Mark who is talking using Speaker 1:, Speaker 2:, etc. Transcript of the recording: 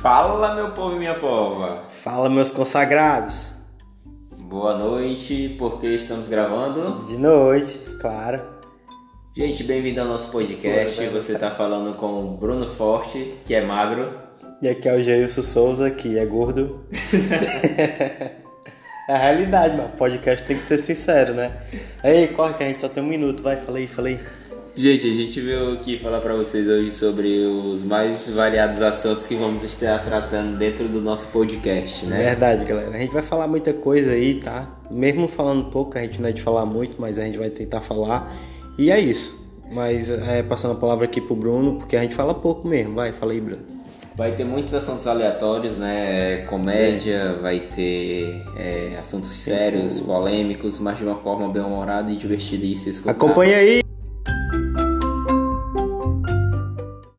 Speaker 1: Fala, meu povo e minha pova.
Speaker 2: Fala, meus consagrados.
Speaker 1: Boa noite, porque estamos gravando.
Speaker 2: De noite, claro.
Speaker 1: Gente, bem-vindo ao nosso podcast.
Speaker 2: Escura, né?
Speaker 1: Você tá falando com o Bruno Forte, que é magro.
Speaker 2: E aqui é o Geilson Souza, que é gordo. é a realidade, mas podcast tem que ser sincero, né? Aí, corre que a gente só tem um minuto, vai, falei, falei.
Speaker 1: Gente, a gente veio aqui falar pra vocês hoje sobre os mais variados assuntos que vamos estar tratando dentro do nosso podcast, né?
Speaker 2: Verdade, galera. A gente vai falar muita coisa aí, tá? Mesmo falando pouco, a gente não é de falar muito, mas a gente vai tentar falar. E é isso. Mas é, passando a palavra aqui pro Bruno, porque a gente fala pouco mesmo. Vai, fala aí, Bruno.
Speaker 1: Vai ter muitos assuntos aleatórios, né? Comédia, vai ter é, assuntos sérios, polêmicos, mas de uma forma bem humorada e divertida de se escutar.
Speaker 2: Acompanha aí!